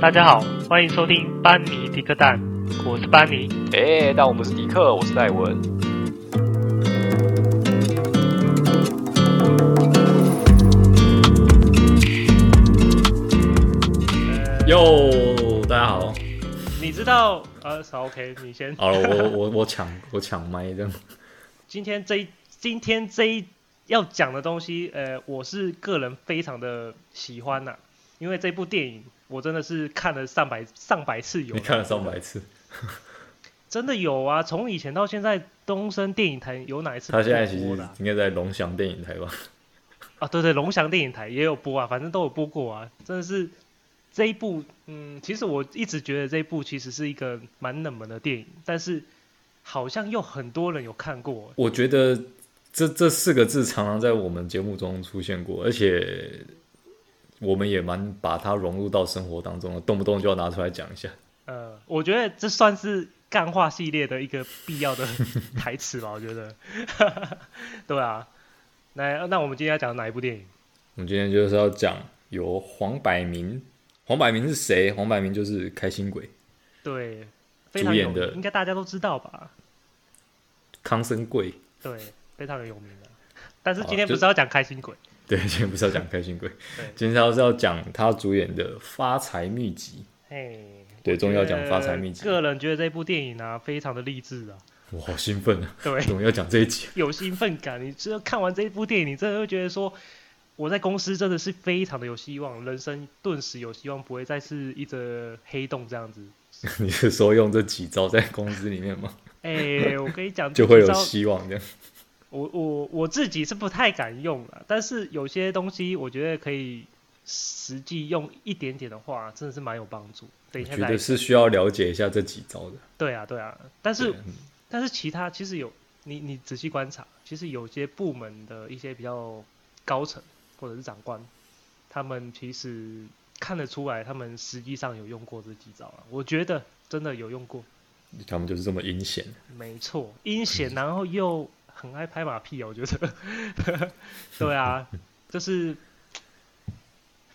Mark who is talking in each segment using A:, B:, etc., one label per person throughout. A: 大家好，欢迎收听班尼迪克蛋，我是班尼。
B: 哎、那我们是迪克，我是戴文。
A: 呃，
C: 哟，大家好。
A: 你知道呃好，OK，你先。
C: 好了，我我我抢我抢麦这样。
A: 今天这一今天这一要讲的东西，呃，我是个人非常的喜欢呐、因为这部电影我真的是看了上百上百次有啊
C: 你，看了上百次，
A: 真的有啊，从以前到现在，东森电影台有哪一次
C: 他现在
A: 不
C: 其实
A: 播的啊
C: 应该在龙翔电影台吧？
A: 啊，对对，龙翔电影台也有播啊，反正都有播过啊。真的是这一部，嗯，其实我一直觉得这一部其实是一个蛮冷门的电影，但是好像又很多人有看过。
C: 我觉得这这四个字常常在我们节目中出现过，而且我们也蛮把它融入到生活当中了，动不动就要拿出来讲一下。
A: 呃，我觉得这算是干话系列的一个必要的 台词吧，我觉得。 对啊，那那我们今天要讲哪一部电影？
C: 我们今天就是要讲由黄百鸣，黄百鸣是谁？黄百鸣就是开心鬼
A: 对，非常
C: 主
A: 有
C: 演的
A: 名，应该大家都知道吧？
C: 康生贵。
A: 对，非常有名的。但是
C: 好啊
A: 今天
C: 就
A: 不是要讲开心鬼，
C: 对，今天不是要讲开心鬼
A: 对，
C: 今天要是要讲他主演的《发财秘籍》。
A: 嘿，
C: 对，终于要讲发财秘籍，
A: 个人觉得这部电影啊，非常的励志啊，
C: 我好兴奋啊！
A: 对，
C: 终于要讲这一集，
A: 有兴奋感。你这看完这部电影，你真的会觉得说，我在公司真的是非常的有希望，人生顿时有希望，不会再是一直黑洞这样 子。
C: 你是说用这几招在公司里面吗？
A: 哎、我跟你讲，
C: 就会
A: 你
C: 有
A: 知道
C: 希望这样？
A: 我我我自己是不太敢用了，但是有些东西我觉得可以实际用一点点的话，真的是蛮有帮助。等一下
C: 觉
A: 再
C: 得是需要了解一下这几招的。
A: 对啊对啊，但是
C: 对
A: 但是其他其实有你你仔细观察，其实有些部门的一些比较高层或者是长官，他们其实看得出来，他们实际上有用过这几招啊。我觉得真的有用过，
C: 他们就是这么阴险。
A: 没错，阴
C: 嗯
A: 险，然后又很爱拍马屁啊，我觉得。 对啊，就是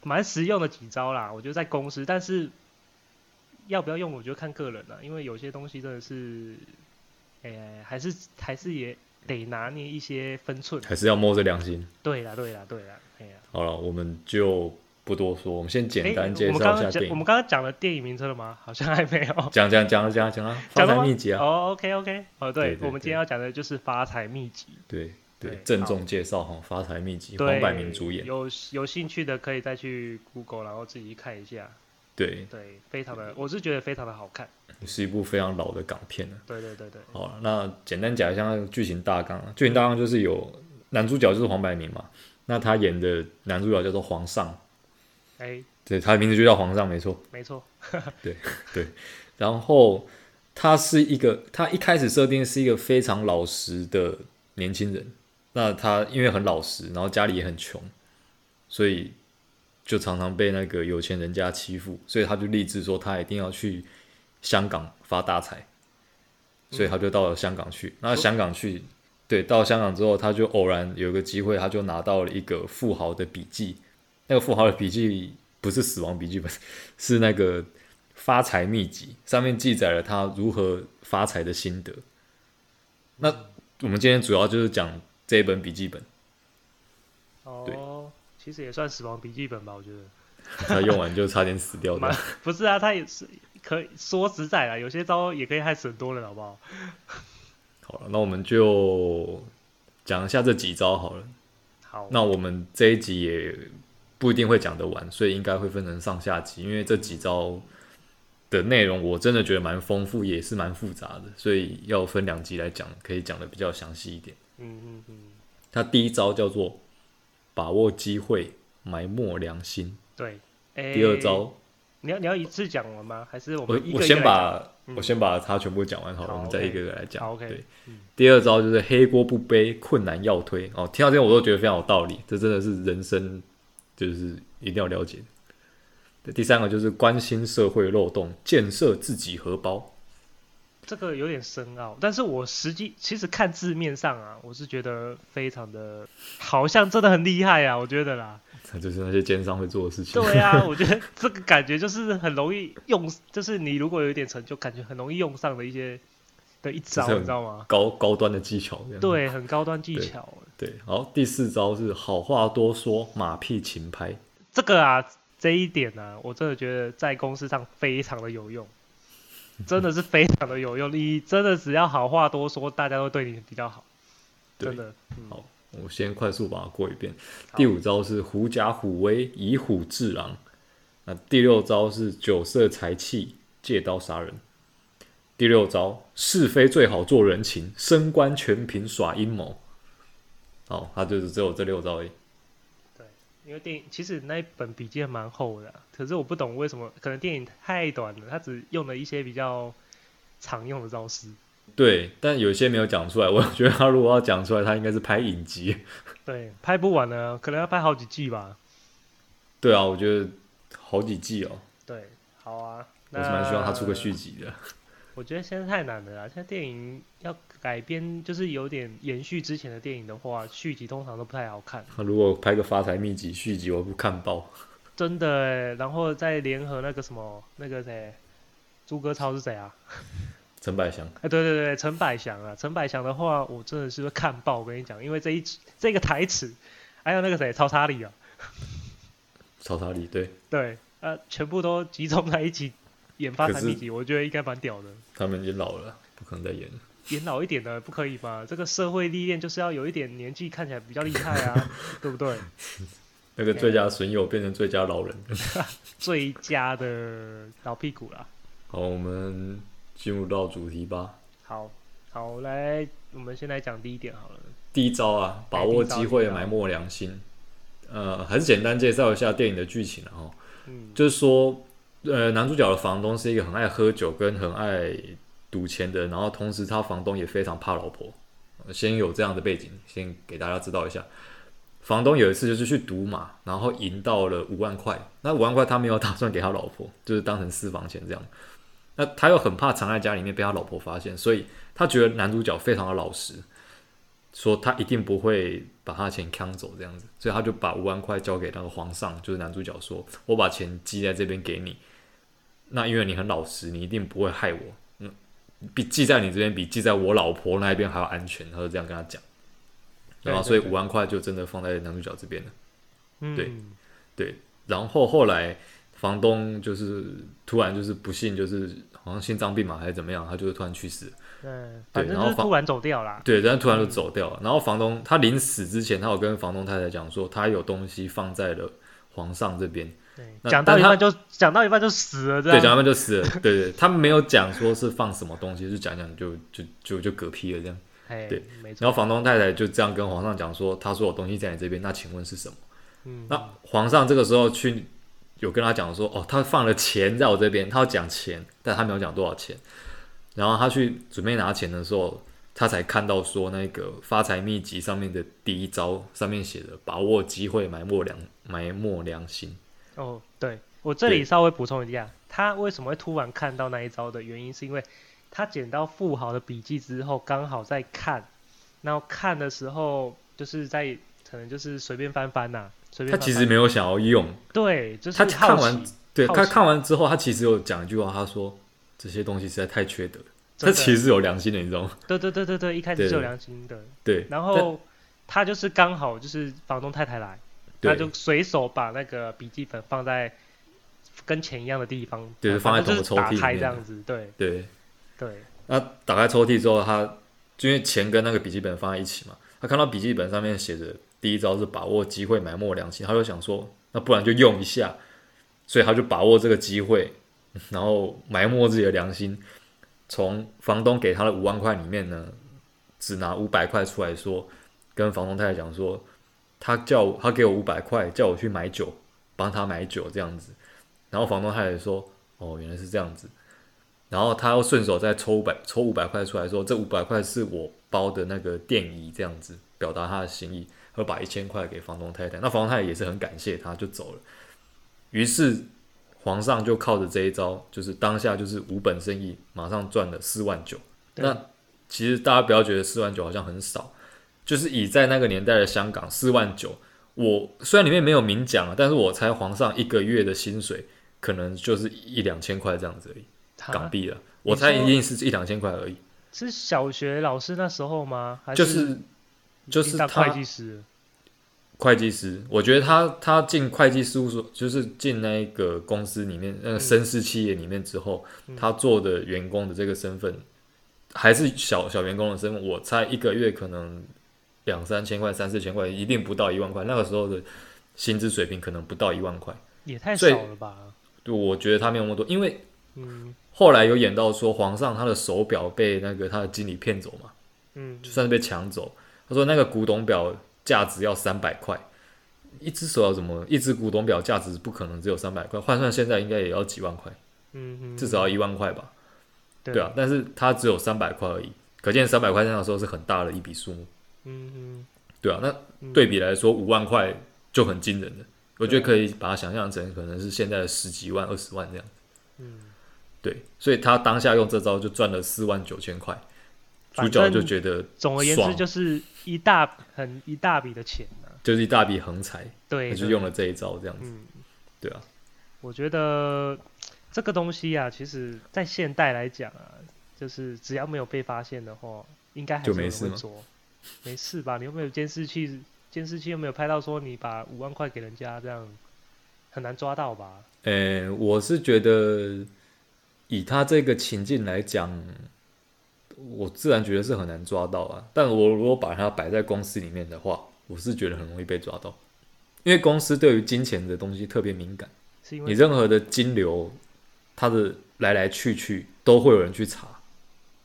A: 蛮实用的几招啦。我觉得在公司，但是要不要用，我觉得看个人了、因为有些东西真的是，哎、还是还是也得拿捏一些分寸。
C: 还是要摸着良心。
A: 对啦，对啦，对啦，哎呀、
C: 好了，我们就不多说，我们先简
A: 诶
C: 单介
A: 我们
C: 绍
A: 刚刚
C: 一下
A: 讲
C: 电
A: 我们
C: 影。
A: 刚刚讲了电影名称了吗？好像还没有。
C: 讲讲讲讲讲啊，发
A: 讲了
C: 财
A: 吗
C: 秘籍啊！
A: 哦，OK，OK、o k OK，哦，对
C: 对对
A: 我们今
C: 对
A: 天要讲的就是发财秘籍。
C: 对对
A: 对，
C: 郑重介绍哈，发财秘籍，
A: 对，
C: 黄百鸣主演。
A: 有有兴趣的可以再去 Google，然后自己看一下。
C: 对，
A: 对，非常的，我是觉得非常的好看。
C: 是一部非常老的港片了。啊
A: 对对对对，
C: 好了，那简单讲一下剧情大纲啊。剧情大纲就是有男主角就是黄百鸣嘛，那他演的男主角叫做皇上，
A: 哎，
C: 对，他的名字就叫皇上，没错。
A: 没错，
C: 然后他是一个，他一开始设定是一个非常老实的年轻人。那他因为很老实，然后家里也很穷，所以就常常被那个有钱人家欺负，所以他就立志说他一定要去香港发大财，所以他就到了香港去。那香港去，对，到香港之后，他就偶然有一个机会，他就拿到了一个富豪的笔记。那个富豪的笔记不是死亡笔记本，是那个发财秘籍，上面记载了他如何发财的心得。那我们今天主要就是讲这一本笔记本，
A: 哦，其实也算死亡笔记本吧，我觉得。
C: 他用完就差点死掉
A: 蛮
C: 的。
A: 不是啊，他也是可以说实在啦，有些招也可以害死很多人，好不好？
C: 好了，那我们就讲一下这几招好了。
A: 好，
C: 那我们这一集也不一定会讲得完，所以应该会分成上下集，因为这几招的内容我真的觉得蛮丰富，也是蛮复杂的，所以要分两集来讲，可以讲的比较详细一点。
A: 嗯嗯嗯，
C: 他第一招叫做把握机会，埋没良心。
A: 对。哎
C: 第二，招，
A: 你要你要一次讲完吗？还是我
C: 我
A: 们一个一
C: 我
A: 个
C: 先
A: 来
C: 把
A: 嗯
C: 我先把它全部讲完好了，
A: 好
C: 我们再
A: OK
C: 一个一个来
A: 好
C: 讲。
A: ，OK
C: 对
A: 嗯，
C: 第二招就是黑锅不背，困难要推。哦，听到这边我都觉得非常有道理，这真的是人生就是一定要了解的。第三个就是关心社会漏洞，建设自己荷包。
A: 这个有点深奥，但是我实际其实看字面上啊，我是觉得非常的，好像真的很厉害啊，我觉得啦，
C: 那就是那些奸商会做的事情。
A: 对 啊，我觉得这个感觉就是很容易用，就是你如果有一点成就，感觉很容易用上的一些的一招，
C: 就是很
A: 你知道吗？
C: 高高端的技巧这样。
A: 对，很高端技
C: 对
A: 巧。
C: 对，好，第四招是好话多说，马屁勤拍。
A: 这个啊，这一点呢、我真的觉得在公司上非常的有用，真的是非常的有用。你真的只要好话多说，大家都对你比较好，
C: 对
A: 真的。嗯，
C: 好我先快速把它过一遍。
A: 好
C: 第五招是狐假虎威，以虎制狼。那第六招是酒色财气，借刀杀人。第六招是非最好做人情，升官全凭耍阴谋。好，他就是只有这六招而已。
A: 因为电影其实那一本笔记还蛮厚的啊、可是我不懂为什么，可能电影太短了，它只用了一些比较常用的招式。
C: 对，但有些没有讲出来。我觉得他如果要讲出来，他应该是拍影集。
A: 对，拍不完呢，可能要拍好几季吧。
C: 对啊，我觉得好几季哦，
A: 对，好啊，
C: 我是蛮希望他出个续。集的。
A: 我觉得现在太难了啊啦，现在电影要改编，就是有点延续之前的电影的话，续集通常都不太好看，
C: 他如果拍个发财秘籍续集，我不看爆。
A: 真的欸。然后再联合那个什么，那个谁，朱哥超是谁啊？
C: 陈百祥，
A: 哎，对对对，陈百祥啊，陈百祥的话，我真的是会看爆。我跟你讲，因为这一这个台词，还有那个谁，超查理啊，
C: 曹查理，对
A: 对，呃，全部都集中在一起演发财
C: 可是
A: 秘籍，我觉得应该蛮屌的。
C: 他们已经老了，不可能再演了。
A: 演老一点的不可以吗？这个社会历练就是要有一点年纪，看起来比较厉害 啊，对不对？
C: 那个最佳损友变成最佳老人。
A: 最佳的老屁股啦。
C: 好，我们进入到主题吧。
A: 好，好，来，我们先来讲第一点好了。
C: 第一招啊，把握机会，埋没良心。呃，很简单介绍一下电影的剧情啊、哦，
A: 嗯，
C: 就是说，呃，男主角的房东是一个很爱喝酒跟很爱赌钱的人，然后同时他房东也非常怕老婆。呃先有这样的背景，先给大家知道一下。房东有一次就是去赌马，然后赢到了五万块。那五万块他没有打算给他老婆，就是当成私房钱这样。那他又很怕藏在家里面被他老婆发现，所以他觉得男主角非常的老实，说他一定不会把他的钱扛走这样子，所以他就把五万块交给那个皇上，就是男主角说：“我把钱寄在这边给你，那因为你很老实，你一定不会害我。嗯，比寄在你这边比寄在我老婆那边还要安全。”他就这样跟他讲，
A: 对
C: 然后
A: 对
C: 所以
A: 对
C: 五万块就真的放在男主角这边了。对
A: 嗯，
C: 对，然后后来房东就是突然就是不幸就是好像心脏病嘛还是怎么样，他就是突然去世了。
A: 嗯，
C: 对
A: 反正就
C: 然后
A: 是
C: 房
A: 突然走掉啦。
C: 对，但是突然就走掉了。然后房东他临死之前，他有跟房东太太讲说，他有东西放在了皇上这边。
A: 对，
C: 那
A: 讲到
C: 但
A: 一
C: 他
A: 半就讲到一半就死了，这
C: 对，
A: 样。
C: 讲完就死了。对对，他没有讲说是放什么东西，就讲讲就就就就嗝屁了这样。
A: 哎，
C: 对，
A: 没错。
C: 然后房东太太就这样跟皇上讲说，他说我东西在你这边，那请问是什么？
A: 嗯，
C: 那皇上这个时候去有跟他讲说，哦，他放了钱在我这边，他要讲钱，但他没有讲多少钱。然后他去准备拿钱的时候，他才看到说那个发财秘籍上面的第一招上面写的“把握机会，埋没良埋没良心
A: 哦，对我这里稍微补充一下，他为什么会突然看到那一招的原因，是因为他捡到富豪的笔记之后，刚好在看，然后看的时候就是在可能就是随便翻翻呐、随”。便
C: 他
A: 翻翻。
C: 其实没有想要用，
A: 对，就是
C: 他看
A: 好
C: 完
A: 奇，
C: 对
A: 好
C: 他
A: 奇
C: 看完之后，他其实有讲一句话，他说这些东西实在太缺德了。
A: 真的
C: 他其实有良心的，你知道吗？
A: 对对对对对，一开
C: 对
A: 始是有
C: 对
A: 良心的，
C: 对，
A: 然
C: 但
A: 后他就是刚好就是房东太太来，他
C: 对
A: 就随手把那个笔记本放在跟钱一样的地方，
C: 对
A: 反
C: 放在
A: 正就
C: 同
A: 是打
C: 个抽屉里
A: 开
C: 面
A: 这
C: 的
A: 样子，对
C: 对，
A: 对，
C: 那打开抽屉之后，他就因为钱跟那个笔记本放在一起嘛，他看到笔记本上面写着第一招是把握机会埋没良心，他就想说，那不然就用一下，所以他就把握这个机会，然后埋没自己的良心，从房东给他的五万块里面呢，只拿五百块出来说，跟房东太太讲说，他叫我他给我五百块，叫我去买酒，帮他买酒这样子，然后房东太太说，哦，原来是这样子。然后他又顺手再抽五百抽五百块出来说，这五百块是我包的那个电椅，这样子表达他的心意，会把一千块给房东太太。那房东太太也是很感谢他，就走了。于是皇上就靠着这一招，就是当下就是无本生意，马上赚了四万九。
A: 对
C: 那其实大家不要觉得四万九好像很少，就是以在那个年代的香港四万九，我虽然里面没有明讲啊，但是我猜皇上一个月的薪水可能就是一两千块这样子而已，
A: 哈
C: 港币了。我猜
A: 你
C: 一
A: 说
C: 定是一两千块而已，
A: 是小学老师那时候吗？还
C: 就是就是
A: 已经当
C: 他
A: 会计师了
C: 会计师，我觉得他他进会计事务所，就是进那个公司里面，
A: 嗯
C: 那个绅士企业里面之后，他做的员工的这个身份，还是小小员工的身份，我猜一个月可能两三千块、三四千块，一定不到一万块。那个时候的薪资水平可能不到一万块，
A: 也太少
C: 所以
A: 了吧？
C: 对，我觉得他没有那么多，因为
A: 嗯
C: 后来有演到说皇上他的手表被那个他的经理骗走嘛，
A: 嗯
C: 就算是被抢走。他说那个古董表价值要三百块，一只手表怎么？一只古董表价值不可能只有三百块，换算现在应该也要几万块，
A: 嗯嗯，
C: 至少要一万块吧？
A: 对
C: 对啊，，但是它只有三百块而已，可见三百块那个时候是很大的一笔数目。
A: 嗯
C: 对啊，那
A: 嗯，
C: 对比来说，五万块就很惊人了。我觉
A: 对啊
C: 得可以把它想象成可能是现在的十几万、二十万这样。
A: 嗯，
C: 对，所以他当下用这招就赚了四万九千块，主
A: 反
C: 角
A: 正
C: 就觉得
A: 总而言之
C: 爽
A: 就是一大很一大笔的钱呢、
C: 就是一大笔横财，
A: 对，
C: 他就
A: 对
C: 用了这一招这样子。
A: 嗯，
C: 对啊，
A: 我觉得这个东西啊，其实在现代来讲啊，就是只要没有被发现的话，应该还是
C: 就
A: 有人
C: 没事
A: 会
C: 吗
A: 做，没事吧？你有没有监视器？监视器有没有拍到说你把五万块给人家，这样很难抓到吧？
C: 呃，我是觉得以他这个情境来讲，我自然觉得是很难抓到啊。但我如果把它摆在公司里面的话，我是觉得很容易被抓到，因为公司对于金钱的东西特别敏感，
A: 是因
C: 你
A: 为
C: 任何的金流，它的来来去去都会有人去查，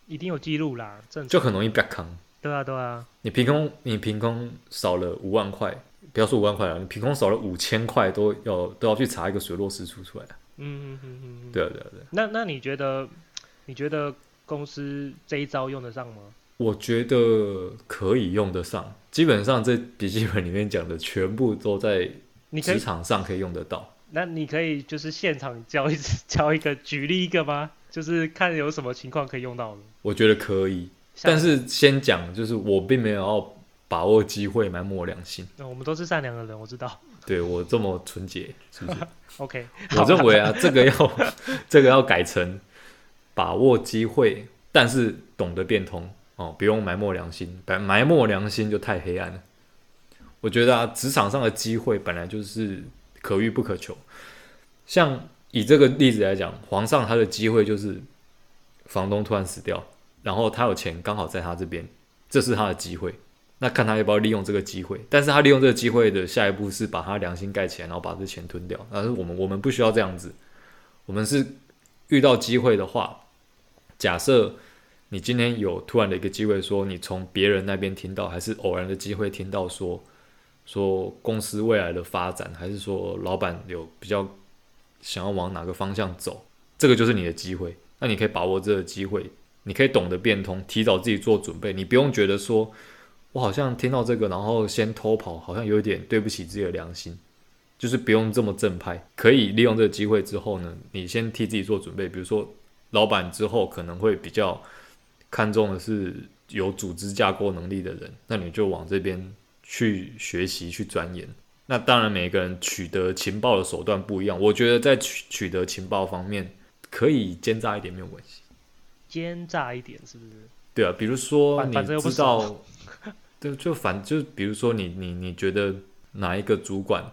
A: 一定有记录啦，正
C: 就
A: 常。
C: 很容易被坑。
A: 对啊，对啊，
C: 你凭空你凭空少了五万块，不要说五万块了，你凭空少了五千块都要都要去查一个水落石出出来。
A: 嗯嗯嗯嗯嗯。
C: 对啊对啊对啊，
A: 那那你觉得你觉得公司这一招用得上吗？
C: 我觉得可以用得上，基本上这笔记本里面讲的全部都在
A: 你可
C: 职
A: 以，
C: 场上可以用得到。
A: 那你可以就是现场教一 教一个，举例一个吗？就是看有什么情况可以用到的。
C: 我觉得可以，
A: 像
C: 但是先讲就是我并没有要把握机会埋没良心，
A: 那嗯我们都是善良的人，我知道。
C: 对我这么纯洁，是不是？
A: OK，
C: 我认为啊，这个要 这个要改成把握机会，但是懂得变通哦，不用埋没良心，埋埋没良心就太黑暗了。我觉得啊，职场上的机会本来就是可遇不可求。像以这个例子来讲，皇上他的机会就是房东突然死掉，然后他有钱刚好在他这边，这是他的机会。那看他要不要利用这个机会，但是他利用这个机会的下一步是把他良心盖起来，然后把这钱吞掉。但是我们我们不需要这样子，我们是遇到机会的话，假设你今天有突然的一个机会，说你从别人那边听到，还是偶然的机会听到说说公司未来的发展，还是说老板有比较想要往哪个方向走，这个就是你的机会。那你可以把握这个机会，你可以懂得变通，提早自己做准备，你不用觉得说。我好像听到这个，然后先偷跑，好像有一点对不起自己的良心，就是不用这么正派。可以利用这个机会之后呢，你先替自己做准备，比如说老板之后可能会比较看重的是有组织架构能力的人，那你就往这边去学习去钻研。那当然，每个人取得情报的手段不一样，我觉得在取取得情报方面可以奸诈一点没有关系。
A: 奸诈一点，是不是？
C: 对啊，比如说
A: 反
C: 你
A: 反正又不
C: 知道，对，就反就比如说你你你觉得哪一个主管，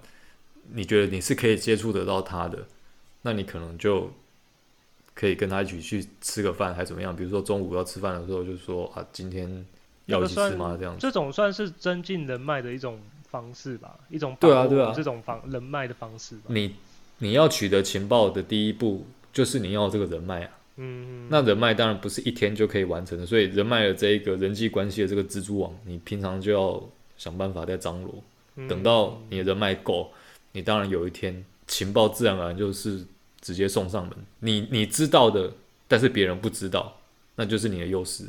C: 你觉得你是可以接触得到他的，那你可能就可以跟他一起去吃个饭，还怎么样？比如说中午要吃饭的时候，就说啊，今天要一起吃吗？这样子。
A: 这种算是增进人脉的一种方式吧，一种
C: 对啊
A: 把握
C: 对啊
A: 这种方人脉的方式吧。
C: 你你要取得情报的第一步就是你要这个人脉啊。
A: 嗯，
C: 那人脉当然不是一天就可以完成的，所以人脉的这一个人际关系的这个蜘蛛网，你平常就要想办法再张罗。
A: 嗯
C: 等到你的人脉够，你当然有一天情报自然而然就是直接送上门。你你知道的，但是别人不知道，那就是你的优势，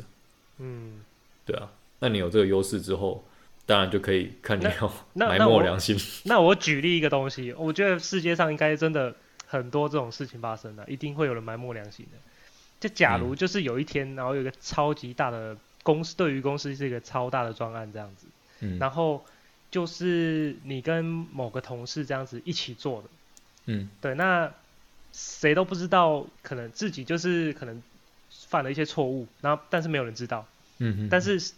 A: 嗯，
C: 对啊。那你有这个优势之后，当然就可以看你
A: 那
C: 要
A: 那
C: 埋
A: 那
C: 没
A: 我
C: 良心。
A: 那我举例一个东西，我觉得世界上应该真的很多这种事情发生的，一定会有人埋没良心的。就假如就是有一天，然后有一个超级大的公司，对于公司是一个超大的专案这样子，
C: 嗯，
A: 然后就是你跟某个同事这样子一起做的，
C: 嗯，
A: 对，那谁都不知道，可能自己就是可能犯了一些错误，然后但是没有人知道，
C: 嗯哼，
A: 但是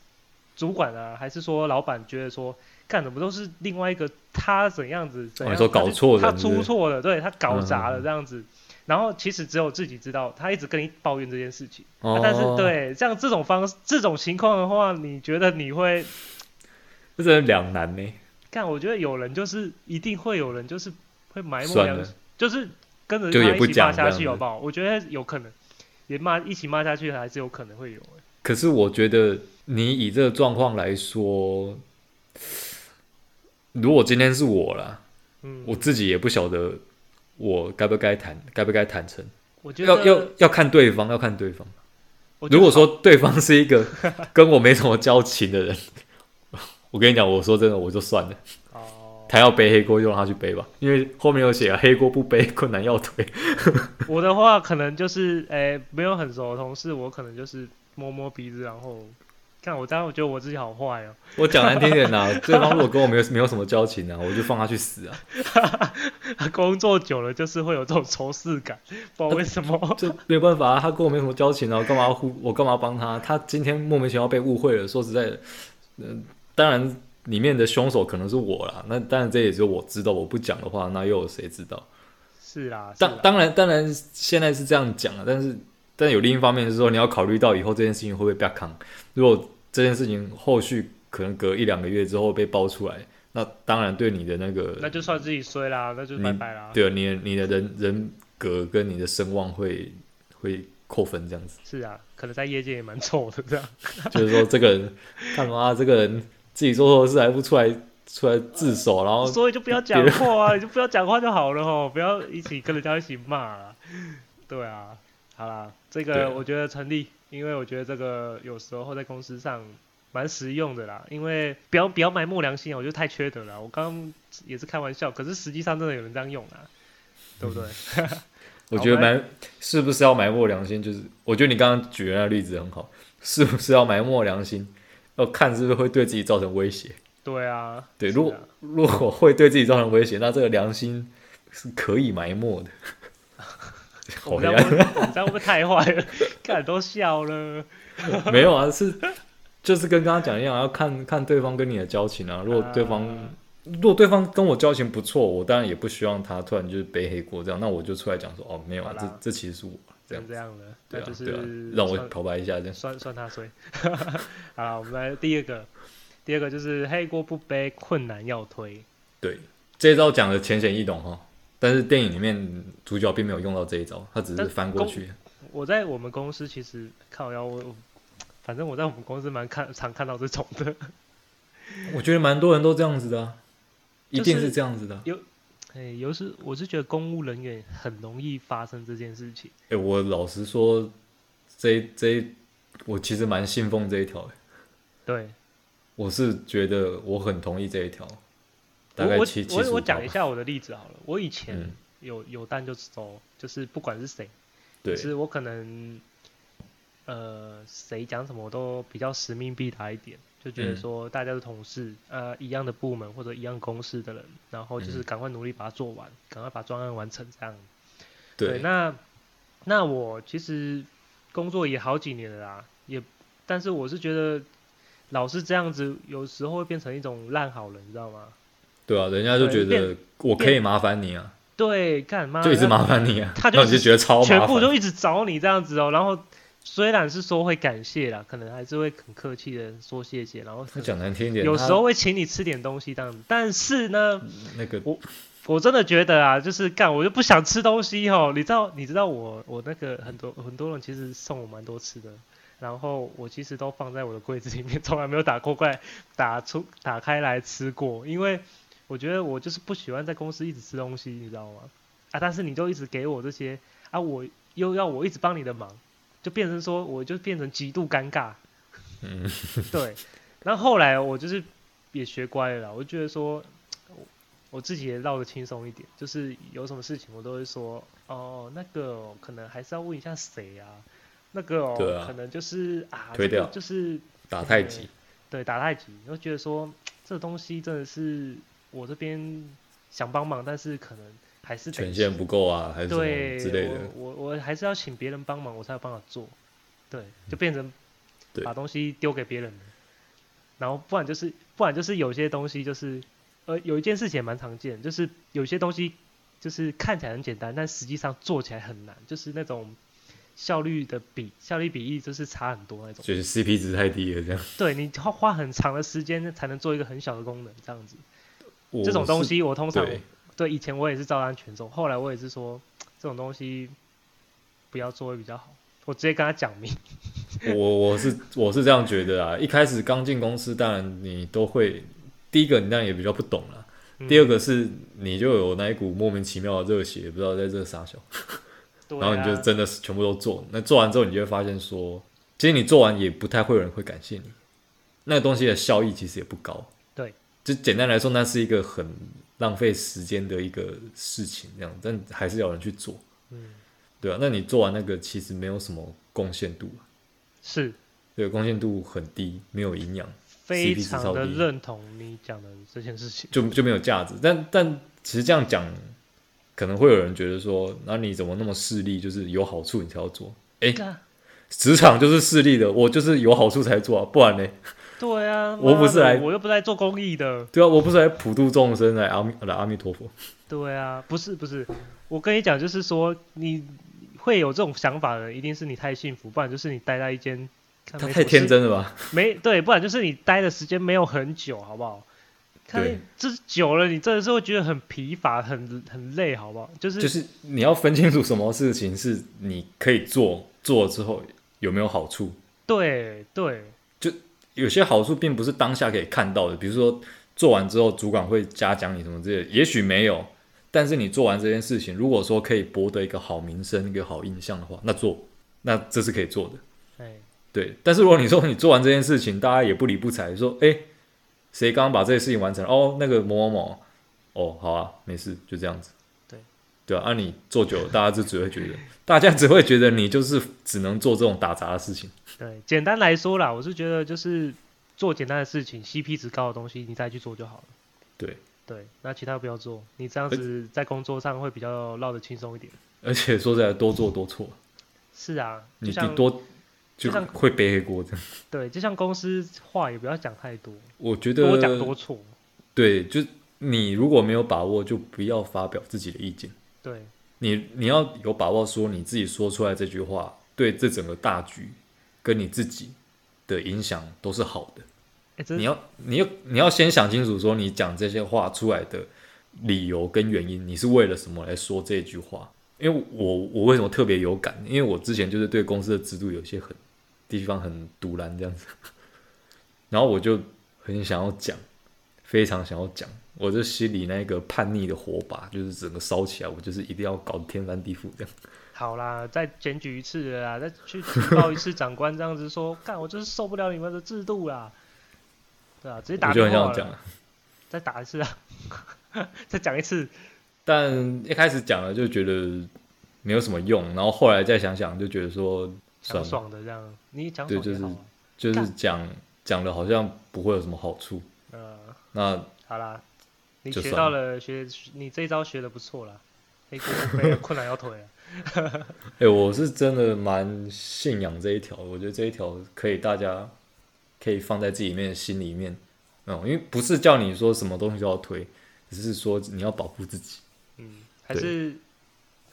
A: 主管啊，还是说老板觉得说，干怎么都是另外一个他怎样子怎
C: 哦
A: 样，
C: 你说
A: 他就
C: 搞错人
A: 他
C: 是不
A: 出
C: 是
A: 错了，对他搞砸
C: 嗯嗯
A: 了
C: 嗯
A: 这样子。然后其实只有自己知道，他一直跟你抱怨这件事情。
C: 哦
A: 啊但是，对像这种方式、这种情况的话，你觉得你会
C: 这真的两难呢。
A: 干？我觉得有人就是一定会有人就是会埋没
C: 算
A: 良
C: 了
A: 心，就是跟着
C: 就也
A: 他
C: 不
A: 一起骂
C: 讲
A: 下
C: 这
A: 去，
C: 样
A: 好
C: 子
A: 不好？我觉得有可能，也骂一起骂下去还是有可能会有、欸
C: 可是我觉得你以这个状况来说，如果今天是我啦，
A: 嗯，
C: 我自己也不晓得我该不该坦，该不该坦诚，
A: 我觉得
C: 要要要看对方，要看对方。
A: 我觉
C: 如
A: 得
C: 果说对方是 一个跟我没什么交情的人，我跟你讲，我说真的，我就算了。
A: 哦，
C: 他要背黑锅就让他去背吧，因为后面有写啊，黑锅不背，困难要推。
A: 我的话可能就是，诶、没有很熟的同事，我可能就是摸摸鼻子，然后看我，当然我觉得我自己好坏哦、
C: 我讲难听点呐、啊，对方如果跟我没有没有什么交情啊，我就放他去死啊。
A: 工作久了就是会有这种仇视感，不知道为什 么。
C: 这没有办法啊，他跟我没什么交情啊，我干嘛要互我干嘛要帮他？他今天莫名其妙被误会了，说实在的，嗯、当然里面的凶手可能是我啦，那当然这也只有我知道，我不讲的话，那又有谁知道？
A: 是啦，是啊
C: 当
A: 啦，
C: 当然当然现在是这样讲啊，但是但有另一方面是说，你要考虑到以后这件事情会不会被扛，如果这件事情后续可能隔一两个月之后被爆出来，那当然对你的那个
A: 那就算自己衰啦，那就
C: 你
A: 拜拜啦。
C: 对啊，你的你的人人格跟你的声望会会扣分这样子。
A: 是啊，可能在业界也蛮臭的这样。
C: 就是说这个人干嘛？这个人自己做错事还不出来出来自首，然后
A: 所以就不要讲话啊，你就不要讲话就好了吼，不要一起跟人家一起骂啊。对啊，好啦，这
C: 对
A: 个
C: 啊
A: 我觉得成立，因为我觉得这个有时候在公司上蛮实用的啦，因为不要不要埋没良心啊，我觉得太缺德了啊。我刚刚也是开玩笑，可是实际上真的有人这样用啊，对不对？
C: 我觉得埋是不是要埋没良心？就是我觉得你刚刚举的那个例子很好，是不是要埋没良心？要看是不是会对自己造成威胁。
A: 对啊，
C: 对，
A: 是
C: 如果
A: 啊
C: 如果会对自己造成威胁，那这个良心是可以埋没的。
A: 我
C: 好
A: 们这
C: 呀
A: 样，会不会我们这样会不会太坏 了？看都笑了。
C: 没有啊，是就是跟刚刚讲一样，要看看对方跟你的交情啊。如果对方、
A: 啊
C: 如果对方跟我交情不错，我当然也不希望他突然就是背黑锅这样，那我就出来讲说哦，没有啊
A: 好，啦
C: 这这其实是我这样
A: 成，这样了，
C: 对
A: 那
C: 啊
A: 就，
C: 对啊
A: 是，
C: 让我
A: 算
C: 表白一下这样，
A: 算算他衰。 好啦，我们来第二个，第二个就是黑锅不背，困难要推。
C: 对，这一招讲的浅显易懂哈。但是电影里面主角并没有用到这一招，他只是
A: 但
C: 翻过去。
A: 我在我们公司其实靠腰，我我反正我在我们公司蛮看常看到这种 的。
C: 我觉得蛮多人都这样子的啊、一
A: 就
C: 定
A: 是
C: 是这样子的啊。
A: 哎、有时我是觉得公务人员很容易发生这件事情。
C: 哎、我老实说，这一这一我其实蛮信奉这一条的。
A: 对，
C: 我是觉得我很同意这一条，大
A: 我
C: 概
A: 我
C: 七七
A: 我
C: 十
A: 我
C: 五
A: 讲一下我的例子好了。我以前
C: 嗯
A: 有、有单就收，就是不管是谁，
C: 对，
A: 是我可能，呃，谁讲什么我都比较使命必达一点，就觉得
C: 嗯
A: 说大家是同事，呃，一样的部门或者一样公司的人，然后就是
C: 嗯
A: 赶快努力把它做完，赶快把专案完成这样。
C: 对，
A: 那那我其实工作也好几年了啦，也，但是我是觉得老是这样子，有时候会变成一种烂好人，你知道吗？
C: 对啊，人家就觉
A: 对
C: 得我可以麻烦你啊，
A: 对，干嘛
C: 就一直麻烦你啊，
A: 他就
C: 然后你就觉得超麻烦，
A: 全部都一直找你这样子哦。然后虽然是说会感谢啦，可能还是会很客气的说谢谢，然后可
C: 他
A: 能
C: 讲难听一点，
A: 有
C: 他
A: 时候会请你吃点东西这样子。但是呢，
C: 那个
A: 我真的觉得啊，就是干我就不想吃东西哦。你知道，你知道我我那个很多很多人其实送我蛮多吃的。然后我其实都放在我的柜子里面，从来没有打过怪，打出打开来吃过，因为我觉得我就是不喜欢在公司一直吃东西，你知道吗？啊，但是你就一直给我这些啊，我又要我一直帮你的忙，就变成说我就变成极度尴尬，
C: 嗯，
A: 对，然后后来我就是也学乖了啦，我就觉得说，我我自己也绕得轻松一点，就是有什么事情我都会说，哦，那个哦可能还是要问一下谁啊，那个
C: 对
A: 哦，
C: 啊
A: 可能就是啊，
C: 推
A: 这个
C: 掉
A: 就是
C: 打太极，
A: 对打太极，然后觉得说，这东西真的是我这边想帮忙，但是可能还是得
C: 权限不够啊，还是什么
A: 对
C: 之类的。
A: 我我我还是要请别人帮忙，我才有办法做。对，就变成
C: 对
A: 把东西丢给别人了，然后不然就是不然就是有些东西就是呃有一件事情也蛮常见，就是有些东西就是看起来很简单，但实际上做起来很难，就是那种效率的比效率比例就是差很多那种。
C: 就是 CP 值太低了，这样。
A: 对你花花很长的时间才能做一个很小的功能，这样子。
C: 我
A: 这种东
C: 是
A: 西我通常
C: 对
A: 对，以前我也是照单全收，后来我也是说这种东西不要做会比较好。我直接跟他讲明，
C: 我我是我是这样觉得啊，一开始刚进公司，当然你都会，第一个你当然也比较不懂啦，
A: 嗯
C: 第二个是你就有那一股莫名其妙的热血，不知道在这傻小，
A: 对
C: 然后你就
A: 啊
C: 真的是全部都做，那做完之后你就会发现说，其实你做完也不太会有人会感谢你，那个东西的效益其实也不高，
A: 对，
C: 就简单来说，那是一个很浪费时间的一个事情，这样，但还是要有人去做，
A: 嗯
C: 对啊，那你做完那个其实没有什么贡献度啊、
A: 是
C: 对，贡献度很低，没有营养，
A: 非
C: CP 值
A: 常
C: 超
A: 的
C: 低
A: 认同你讲的这件事情。
C: 就就没有价值。但但其实这样讲，可能会有人觉得说，那你怎么那么势利？就是有好处你才要做， 诶
A: 干
C: 职场就是势利的，我就是有好处才做啊，不然呢？
A: 对啊，
C: 我
A: 妈
C: 不是
A: 的
C: 来
A: 我又不是来做公益的。
C: 对啊，我不是来普度众生，来阿弥来阿弥陀佛。
A: 对啊，不是不是，我跟你讲，就是说你会有这种想法的，一定是你太幸福，不然就是你待在一间看
C: 他
A: 没
C: 太
A: 什么
C: 天
A: 事
C: 真了吧？
A: 没对，不然就是你待的时间没有很久，好不好？看
C: 对
A: 这久了，你真的是会觉得很疲乏、很很累，好不好？就是、
C: 就是你要分清楚什么事情是你可以做，做了之后有没有好处。
A: 对对
C: 有些好处并不是当下可以看到的，比如说做完之后主管会嘉奖你什么之类的，也许没有，但是你做完这件事情，如果说可以博得一个好名声、一个好印象的话，那做，那这是可以做的。
A: 哎，
C: 对，但是如果你说你做完这件事情，大家也不理不睬，说哎，谁刚刚把这些事情完成了？哦，那个某某某，哦，好啊，没事，就这样子。
A: 对，
C: 对啊，啊你做久了，大家就只会觉得， 大家只会觉得你就是只能做这种打杂的事情。
A: 对，简单来说啦，我是觉得就是做简单的事情，CP 值高的东西你再去做就好了。
C: 对
A: 对，那其他不要做，你这样
C: 而
A: 子在工作上会比较落得轻松一点。
C: 而且说实在，多做多错。
A: 是啊，
C: 你
A: 就
C: 你
A: 像
C: 多
A: 就
C: 就
A: 像
C: 会背黑锅这样。
A: 对，就像公司话也不要讲太多，
C: 我觉得
A: 多讲多错。
C: 对，就你如果没有把握，就不要发表自己的意见。
A: 对，
C: 你你要有把握说你自己说出来这句话，对这整个大局跟你自己的影响都是好的。
A: 哎，真
C: 你要你要你要先想清楚，说你讲这些话出来的理由跟原因，你是为了什么来说这句话？因为我我为什么特别有感？因为我之前就是对公司的制度有些很地方很独蓝这样子， 然后我就很想要讲，非常想要讲，我就心里那个叛逆的火把就是整个烧起来，我就是一定要搞得天翻地覆这样。
A: 好啦，再检举一次了啦，再去举报一次长官这样子说，干我就是受不了你们的制度啦，对啊，直接打
C: 我就
A: 电
C: 很
A: 话
C: 想
A: 了
C: 讲，
A: 再打一次啊，再讲一次，啊
C: 但一开始讲了就觉得没有什么用，然后后来再想想就觉得说
A: 讲
C: 算了，
A: 爽的这样，你讲
C: 对
A: 爽也
C: 就是
A: 好、啊，
C: 就是
A: 干
C: 讲讲了好像不会有什么好处。
A: 呃，
C: 那
A: 好啦，你
C: 就
A: 学
C: 算
A: 到了，学你这一招学的不错啦，黑锅不背了，困难要啊腿了，
C: 哎、我是真的蛮信仰这一条，我觉得这一条可以大家可以放在自己里面的心里面，嗯，因为不是叫你说什么东西都要推，只是说你要保护自己。
A: 嗯，还
C: 对
A: 是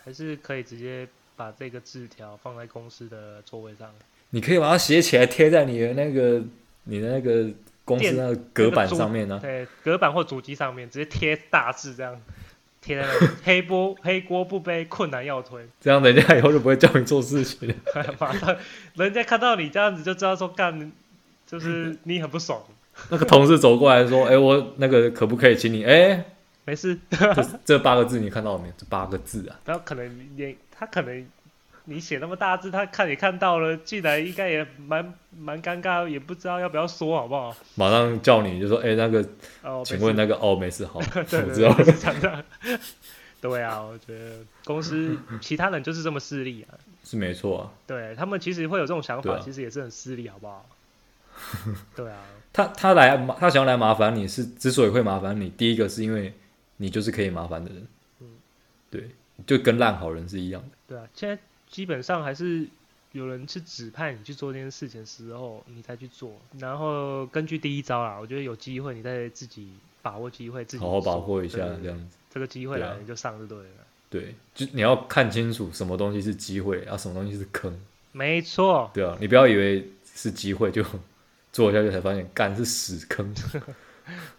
A: 还是可以直接把这个字条放在公司的座位上，
C: 你可以把它写起来贴在你的那个你的那个公司
A: 电
C: 那个
A: 那
C: 隔
A: 个
C: 板
A: 桌
C: 上面呢、啊
A: 对，隔板或主机上面直接贴大字这样，贴在那里黑锅黑锅不背，困难要推。
C: 这样人家以后就不会叫你做事情了。
A: 马上人家看到你这样子就知道说干，就是你很不爽。
C: 那个同事走过来说：“哎、我那个可不可以请你？哎、
A: 没事，
C: 这这八个字你看到了没有？这八个字啊，
A: 然后可能也他可能你写那么大字，他看也看到了，进来应该也蛮蛮尴尬，也不知道要不要说好不好？
C: 马上叫你就说：哎、那个，
A: 哦，
C: 请问
A: 没
C: 那个哦，没事，好，
A: 事 对
C: 我
A: 对
C: 知道
A: 对，。就是这样的。 对啊，我觉得公司其他人就是这么势利啊。
C: 是没错啊，
A: 对他们其实会有这种想法，
C: 对啊
A: 其实也是很势利，好不好？对啊，
C: 他他来麻他想要来麻烦你是之所以会麻烦你，第一个是因为你就是可以麻烦的人，
A: 嗯
C: 对，就跟烂好人是一样的。
A: 对啊，现在基本上还是有人去指派你去做这件事情的时候，你才去做。然后根据第一招啦，我觉得有机会你再自己把握机会，自己
C: 好好把
A: 做
C: 握一下
A: 对对对
C: 这样子。
A: 这个机会
C: 对
A: 来
C: 啊
A: 了你就上就对了。
C: 对，就你要看清楚什么东西是机会啊，什么东西是坑，
A: 没错，
C: 对啊，你不要以为是机会就做下去才发现干是屎 坑，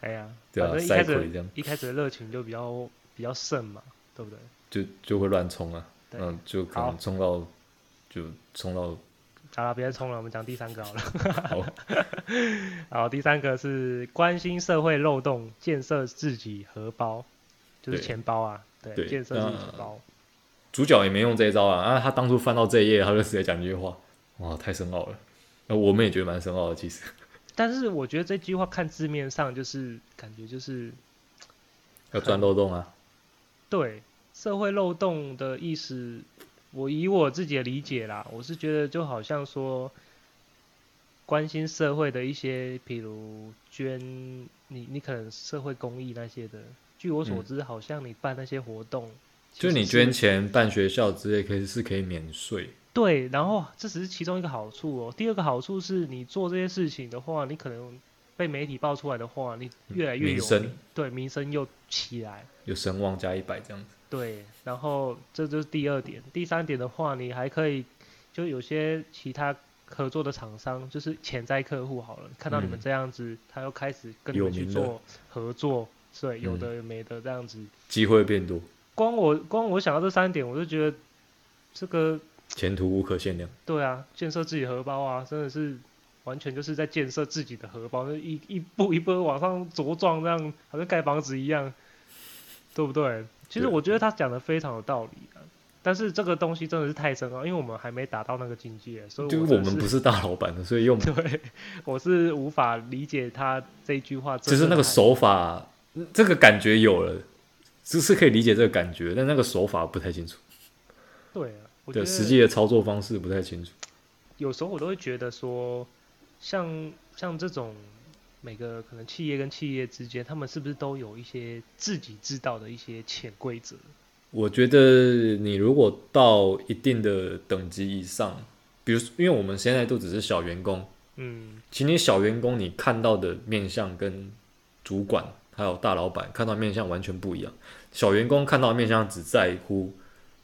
A: 哎呀，
C: 对啊
A: 反正一
C: 塞
A: 开
C: 鬼这
A: 始
C: 样
A: 一开始的热情就比较比较盛嘛，对不对？
C: 就就会乱冲啊，
A: 对
C: 嗯，就可能
A: 好
C: 冲到就冲到
A: 好了，别冲了，我们讲第三个好了。
C: 好，
A: 好，第三个是关心社会漏洞，建设自己荷包，就是
C: 对
A: 钱包啊，对，
C: 对
A: 建设自己
C: 那
A: 钱包。
C: 主角也没用这一招啊，啊，他当初翻到这一页，他就直接讲这句话，哇，太深奥了。那我们也觉得蛮深奥的，其实
A: 但是我觉得这句话看字面上就是感觉就是
C: 要钻漏洞啊，
A: 对社会漏洞的意思，我以我自己的理解啦，我是觉得就好像说关心社会的一些，比如捐你你可能社会公益那些的。据我所
C: 嗯
A: 知，好像你办那些活动，其
C: 就是你
A: 实是
C: 捐钱办学校之类，可以是可以免税，
A: 对，然后这只是其中一个好处哦。第二个好处是你做这些事情的话，你可能被媒体爆出来的话，你越来越
C: 嗯名
A: 有
C: 声
A: 名对名声又起来。
C: 有声望加一百这样子。
A: 对，然后这就是第二点。第三点的话，你还可以就有些其他合作的厂商，就是潜在客户好了，看到你们
C: 嗯
A: 这样子，他又开始跟你
C: 有
A: 们去
C: 名了
A: 做合作，对，有
C: 嗯
A: 的没的这样子。
C: 机会变多，
A: 光我光我想到这三点，我就觉得这个
C: 前途无可限量。
A: 对啊，建设自己荷包啊，真的是完全就是在建设自己的荷包，就一一步一步往上茁壮，这样好像盖房子一样，对不对？其实
C: 对啊
A: 我觉得他讲的非常有道理啊，但是这个东西真的是太深奥，因为我们还没达到那个境界，所以
C: 就
A: 呃
C: 是
A: 我真
C: 我
A: 的
C: 们
A: 是
C: 不是大老板的，所以用
A: 对，我是无法理解他这句话真
C: 只
A: 的
C: 是那个
A: 含
C: 手法，嗯这个感觉有了，只是可以理解这个感觉，但那个手法不太清楚，
A: 对啊，我觉
C: 对，
A: 得
C: 实际的操作方式不太清楚。
A: 有时候我都会觉得说，像像这种每个可能企业跟企业之间，他们是不是都有一些自己知道的一些潜规则？
C: 我觉得你如果到一定的等级以上，比如说，因为我们现在都只是小员工，
A: 嗯，
C: 其实你小员工你看到的面相跟主管还有大老板看到面相完全不一样。小员工看到的面相只在乎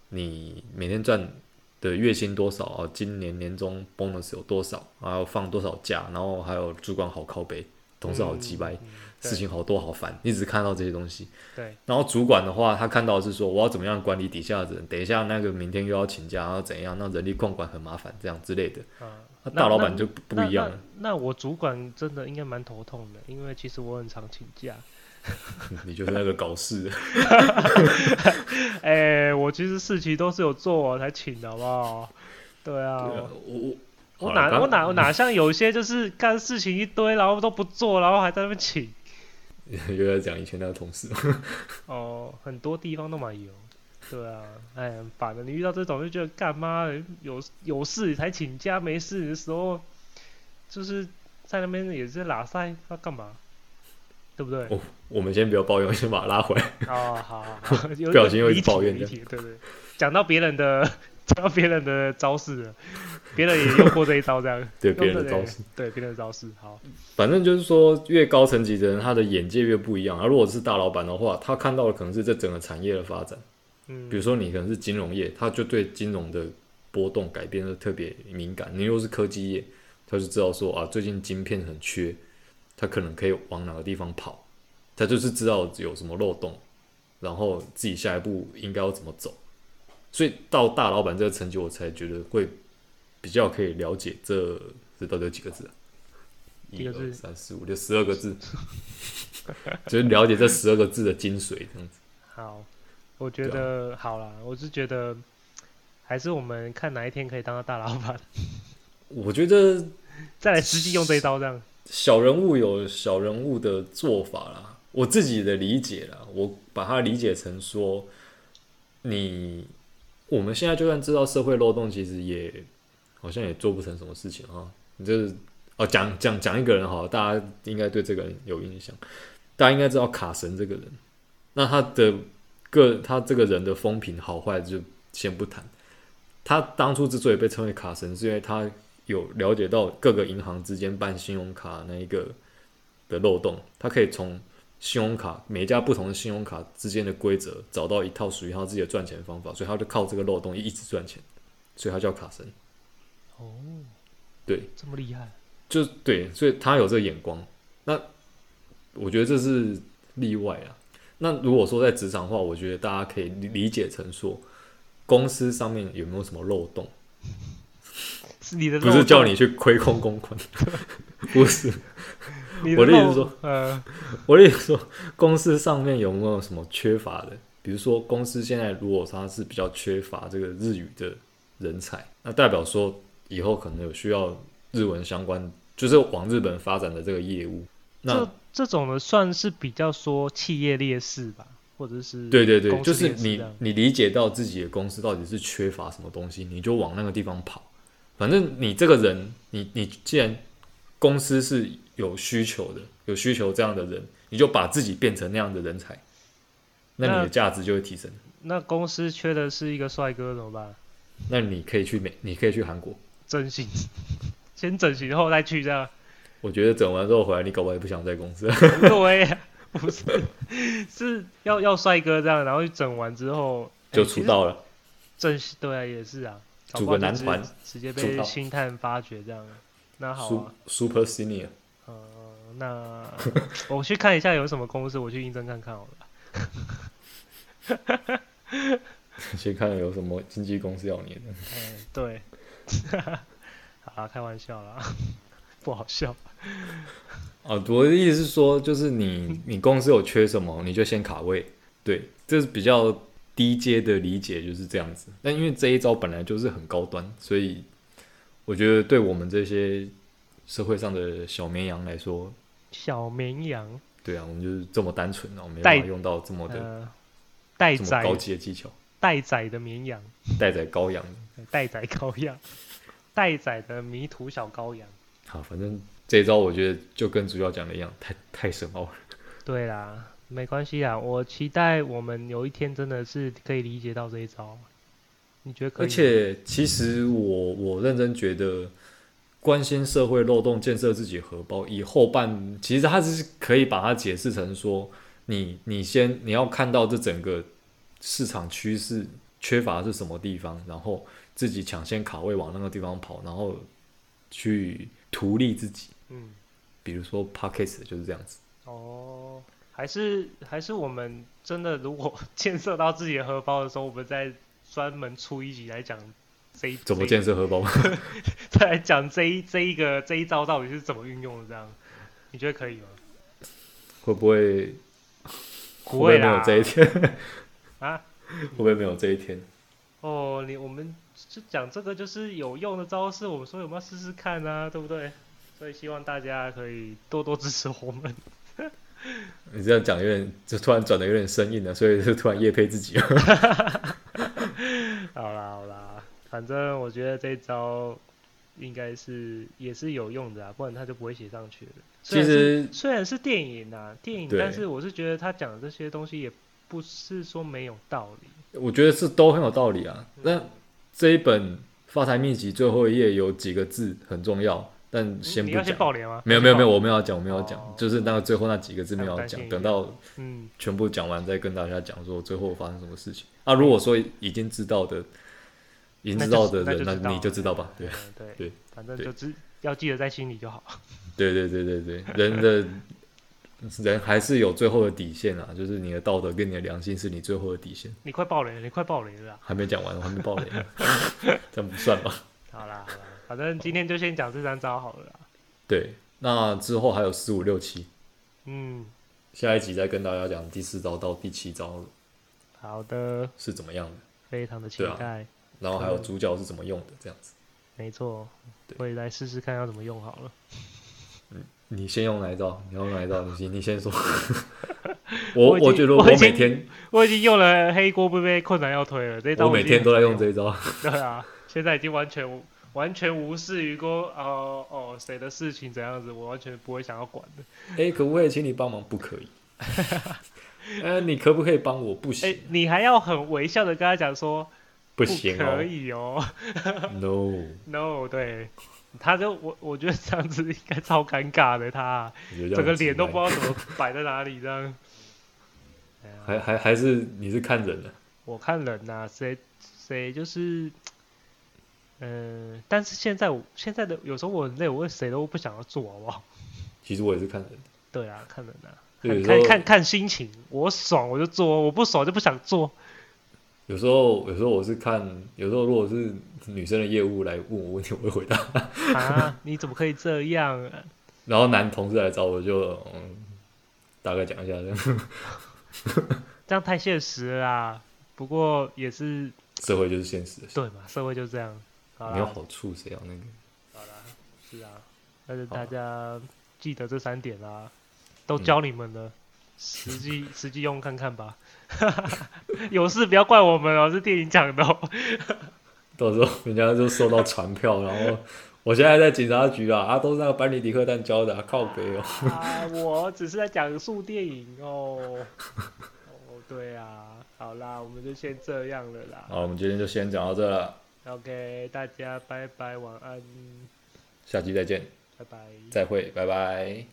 C: 你每天赚的月薪多少啊，今年年终 bonus 有多少，然后放多少假，然后还有主管好靠背，同事好鸡掰，
A: 嗯嗯对
C: 事情好多好烦，你只看到这些东西。
A: 对，
C: 然后主管的话，他看到的是说我要怎么样管理底下的人，等一下那个明天又要请假，然后怎样，那人力控管很麻烦，这样之类的。
A: 啊，
C: 那
A: 那
C: 大老板就不不
A: 那
C: 一样啊
A: 那
C: 了，
A: 那我主管真的应该蛮头痛的，因为其实我很常请假。
C: 你就是那个搞事 的。
A: 哎、我其实事情都是有做我才请的，好不好？对啊，
C: 对啊我
A: 我
C: 好了
A: 哪
C: 刚
A: 我哪我哪像有些就是干事情一堆，然后都不做，然后还在那边请。
C: 我又要讲以前那个同事，
A: 哦，很多地方都蛮油。对啊，哎，很烦的。你遇到这种就觉得干妈的有有事才请假，没事的时候就是在那边也是拉塞，要干嘛？对不对？
C: 哦我们先不要抱怨，先把他拉回来。
A: 哦，好好 好，有
C: 不小心又一直
A: 离题
C: 抱怨
A: 离
C: 的
A: 题对对，讲到别人的讲到别人的招式了，别人也用过这一招，这样
C: 对
A: 用
C: 别人的
A: 这
C: 招式，
A: 对别人的招式，好，
C: 反正就是说，越高层级的人，他的眼界越不一样。而如果是大老板的话，他看到的可能是这整个产业的发展。
A: 嗯，
C: 比如说你可能是金融业，他就对金融的波动改变的特别敏感。你又是科技业，他就知道说啊，最近晶片很缺，他可能可以往哪个地方跑，他就是知道有什么漏洞，然后自己下一步应该要怎么走。所以到大老板这个层级，我才觉得会比较可以了解这这到底有几个字啊？
A: 几
C: 一
A: 个
C: 二
A: 字
C: 三四五六十二个字， 就是了解这十二个字的精髓，这样子。
A: 好，我觉
C: 对啊
A: 得、好啦，我是觉得还是我们看哪一天可以当到大老板，
C: 我觉得
A: 再来实际用这一招这样。
C: 小人物有小人物的做法啦，我自己的理解啦，我把它理解成说，你我们现在就算知道社会漏洞，其实也好像也做不成什么事情啊。你这哦，讲讲讲一个人好了，大家应该对这个人有印象，大家应该知道卡神这个人。那他的个他这个人的风评好坏就先不谈，他当初之所以被称为卡神，是因为他有了解到各个银行之间办信用卡那一个的漏洞，他可以从信用卡每一家不同的信用卡之间的规则找到一套属于他自己的赚钱方法，所以他就靠这个漏洞一直赚钱，所以他叫卡神。
A: 哦，
C: 对，
A: 这么厉害，
C: 就对，所以他有这个眼光。那我觉得这是例外啊。那如果说在职场的话，我觉得大家可以理理解成说，公司上面有没有什么漏洞，
A: 是你的
C: 不
A: 漏
C: 是
A: 洞
C: 叫你去亏空公款， 不是。
A: 你
C: 我的意思
A: 漏
C: 是说，
A: 呃，
C: 我的意思说，公司上面有没有什么缺乏的？比如说，公司现在如果它是比较缺乏这个日语的人才，那代表说以后可能有需要日文相关，就是往日本发展的这个业务。那
A: 这这种的算是比较说企业劣势吧，或者是
C: 对对对，
A: 公司
C: 就是
A: 劣势
C: 你
A: 这样
C: 你理解到自己的公司到底是缺乏什么东西，你就往那个地方跑。反正你这个人，你你既然公司是有需求的，有需求这样的人，你就把自己变成那样的人才，那你
A: 那
C: 的价值就会提升。
A: 那公司缺的是一个帅哥怎么办？
C: 那你可以去美，你可以去韩国。
A: 整形， 先整形后再去这样。
C: 我觉得整完之后回来，你搞不好也不想在公司。
A: 对呀，啊 不是，是要要帅哥这样，然后整完之后
C: 就出。
A: 哎
C: 道了，
A: 其实整形对啊，也是啊，搞
C: 组
A: 不好
C: 个男
A: 就直
C: 团
A: 直接
C: 出
A: 被
C: 道
A: 星探发掘这样。那好
C: 苏
A: 啊，
C: Super Senior，
A: 嗯，那我去看一下有什么公司，我去应征看看好了。
C: 先看有什么经纪公司要你的。
A: 哎，对， 好啦，开玩笑啦，不好笑。
C: 啊，我的意思是说，就是你你公司有缺什么，你就先卡位。对，这是比较低阶的理解，就是这样子。但因为这一招本来就是很高端，所以我觉得对我们这些社会上的小绵羊来说，
A: 小绵羊，
C: 对啊，我们就是这么单纯啊，我们没办法
A: 带
C: 用到这么的
A: 呃，待
C: 这么高
A: 宰
C: 级的技巧，
A: 待宰的绵羊。
C: 待宰羔羊。
A: 待宰羔羊，待宰的迷途小羔羊。
C: 好，反正这一招我觉得就跟主角讲的一样，太太深奥了。
A: 对啦，没关系啊，我期待我们有一天真的是可以理解到这一招。你觉得可以
C: 而
A: 吗？
C: 且，其实我我认真觉得，关心社会漏洞、建设自己荷包，以后半其实它只是可以把它解释成说，你你先你要看到这整个市场趋势缺乏是什么地方，然后自己抢先卡位往那个地方跑，然后去图利自己。
A: 嗯，
C: 比如说 p o c k e t 就是这样子，
A: 哦，还是还是我们真的如果 建设到自己的荷包的时候，我们再专门出一集来讲这一
C: 怎么
A: 这一
C: 建设荷包？
A: 再来讲这一 这一个这一招到底是怎么运用的？这样你觉得可以吗？
C: 会不会会
A: 不
C: 不会
A: 会
C: 没
A: 啦
C: 有这一天？
A: 啊。
C: 会不会没有这一天？
A: 哦，你我们就讲这个就是有用的招式，我们说有没有试试看啊，对不对？所以希望大家可以多多支持我们。
C: 你这样讲有点，就突然转的有点生硬了，所以就突然夜配自己了。
A: 好啦好啦，反正我觉得这一招应该是也是有用的啊，不然他就不会写上去了。虽
C: 其
A: 然是
C: 实
A: 虽然是电影啊，电影，
C: 对
A: 但是我是觉得他讲的这些东西也不是说没有道理。
C: 我觉得是都很有道理啊。那这一本《发财秘籍》最后一页有几个字很重要，但先
A: 你
C: 不
A: 要先爆
C: 讲。
A: 雷吗？
C: 没有没有没有，
A: 先爆
C: 我没有要讲，我没有要讲，
A: 哦
C: 就是那个最后那几个字没有要
A: 还
C: 讲，
A: 有担心
C: 等到
A: 雷，嗯，
C: 全部讲完再跟大家讲说最后发生什么事情。啊，如果说已经知道的，已经知道的人，那
A: 那
C: 你就知道吧。对
A: 对对
C: 对，
A: 反正
C: 对
A: 就知要记得在心里就好。
C: 对对对对对，人的人还是有最后的底线啊，就是你的道德跟你的良心是你最后的底线。
A: 你快爆雷了，你快爆雷了啊！
C: 还没讲完，我还没爆雷， 这样不算吧？
A: 好啦好啦，反正今天就先讲这三招好了啦。
C: 对，那之后还有四五六七，
A: 嗯，
C: 下一集再跟大家讲第四招到第七招
A: 好的，
C: 是怎么样的，
A: 非常的期
C: 对啊
A: 待，
C: 然后还有主角是怎么用的，这样子。
A: 没错
C: 对，
A: 我也来试试看要怎么用好了。
C: 你先用哪一招？你用哪一招？你先你 先说。我
A: 我已经
C: 我觉得我
A: 我已经
C: 每天
A: 我已经用了黑锅不背困难要推了，这一招
C: 我每天都在用这
A: 一
C: 一招，
A: 招已经。对啊，现在已经完全完全无视于说哦哦谁的事情怎样子，我完全不会想要管的。
C: 哎、可不可以请你帮忙？不可 以。呃，你可不可以帮我？不
A: 哎、
C: 行，
A: 你还要很微笑的跟他讲说
C: 不啊行哦
A: 可以哦
C: ，no，
A: ，no，对，他就我我觉得这样子应该超尴尬的，他啊
C: 我觉得这样
A: 整个
C: 很
A: 脸都不
C: 奇怪
A: 知道怎么摆在哪里这 样。哎呀
C: 还还还是你是看人的，
A: 我看人呐、谁谁就是，嗯、但是现在我现在的有时候我很累，我会谁都不想要做，好不 好？
C: 其实我也是看人的。
A: 对啊，看人呐、
C: 就有
A: 看
C: 时
A: 看
C: 候
A: 看看心情，我爽我就做，我不爽就不想做。
C: 有时候有时候我是看，有时候如果是女生的业务来问我问题，我会回答。
A: 啊，你怎么可以这样、啊？
C: 然后男同事来找我就，嗯，大概讲一下这样，
A: 这样太现实了啦。不过也是
C: 社会就是现实的，
A: 对嘛，社会就这样。好
C: 没有
A: 啦，
C: 好处谁要那个？
A: 是啊，但是大
C: 好
A: 家记得这三点啦，都教你们了，实际实际用看看吧。 有事不要怪我们哦，是电影讲的哦。
C: 到时候人家就收到传票，然后我现在在警察局啊，啊，都是那个班尼迪克蛋教的、啊，靠北哦。
A: 啊，我只是在讲述电影哦。哦，对啊，好啦，我们就先这样了啦。
C: 好，我们今天就先讲到这了，
A: OK，大家拜拜，晚安，
C: 下期再见，
A: 拜拜。
C: 再会，拜拜。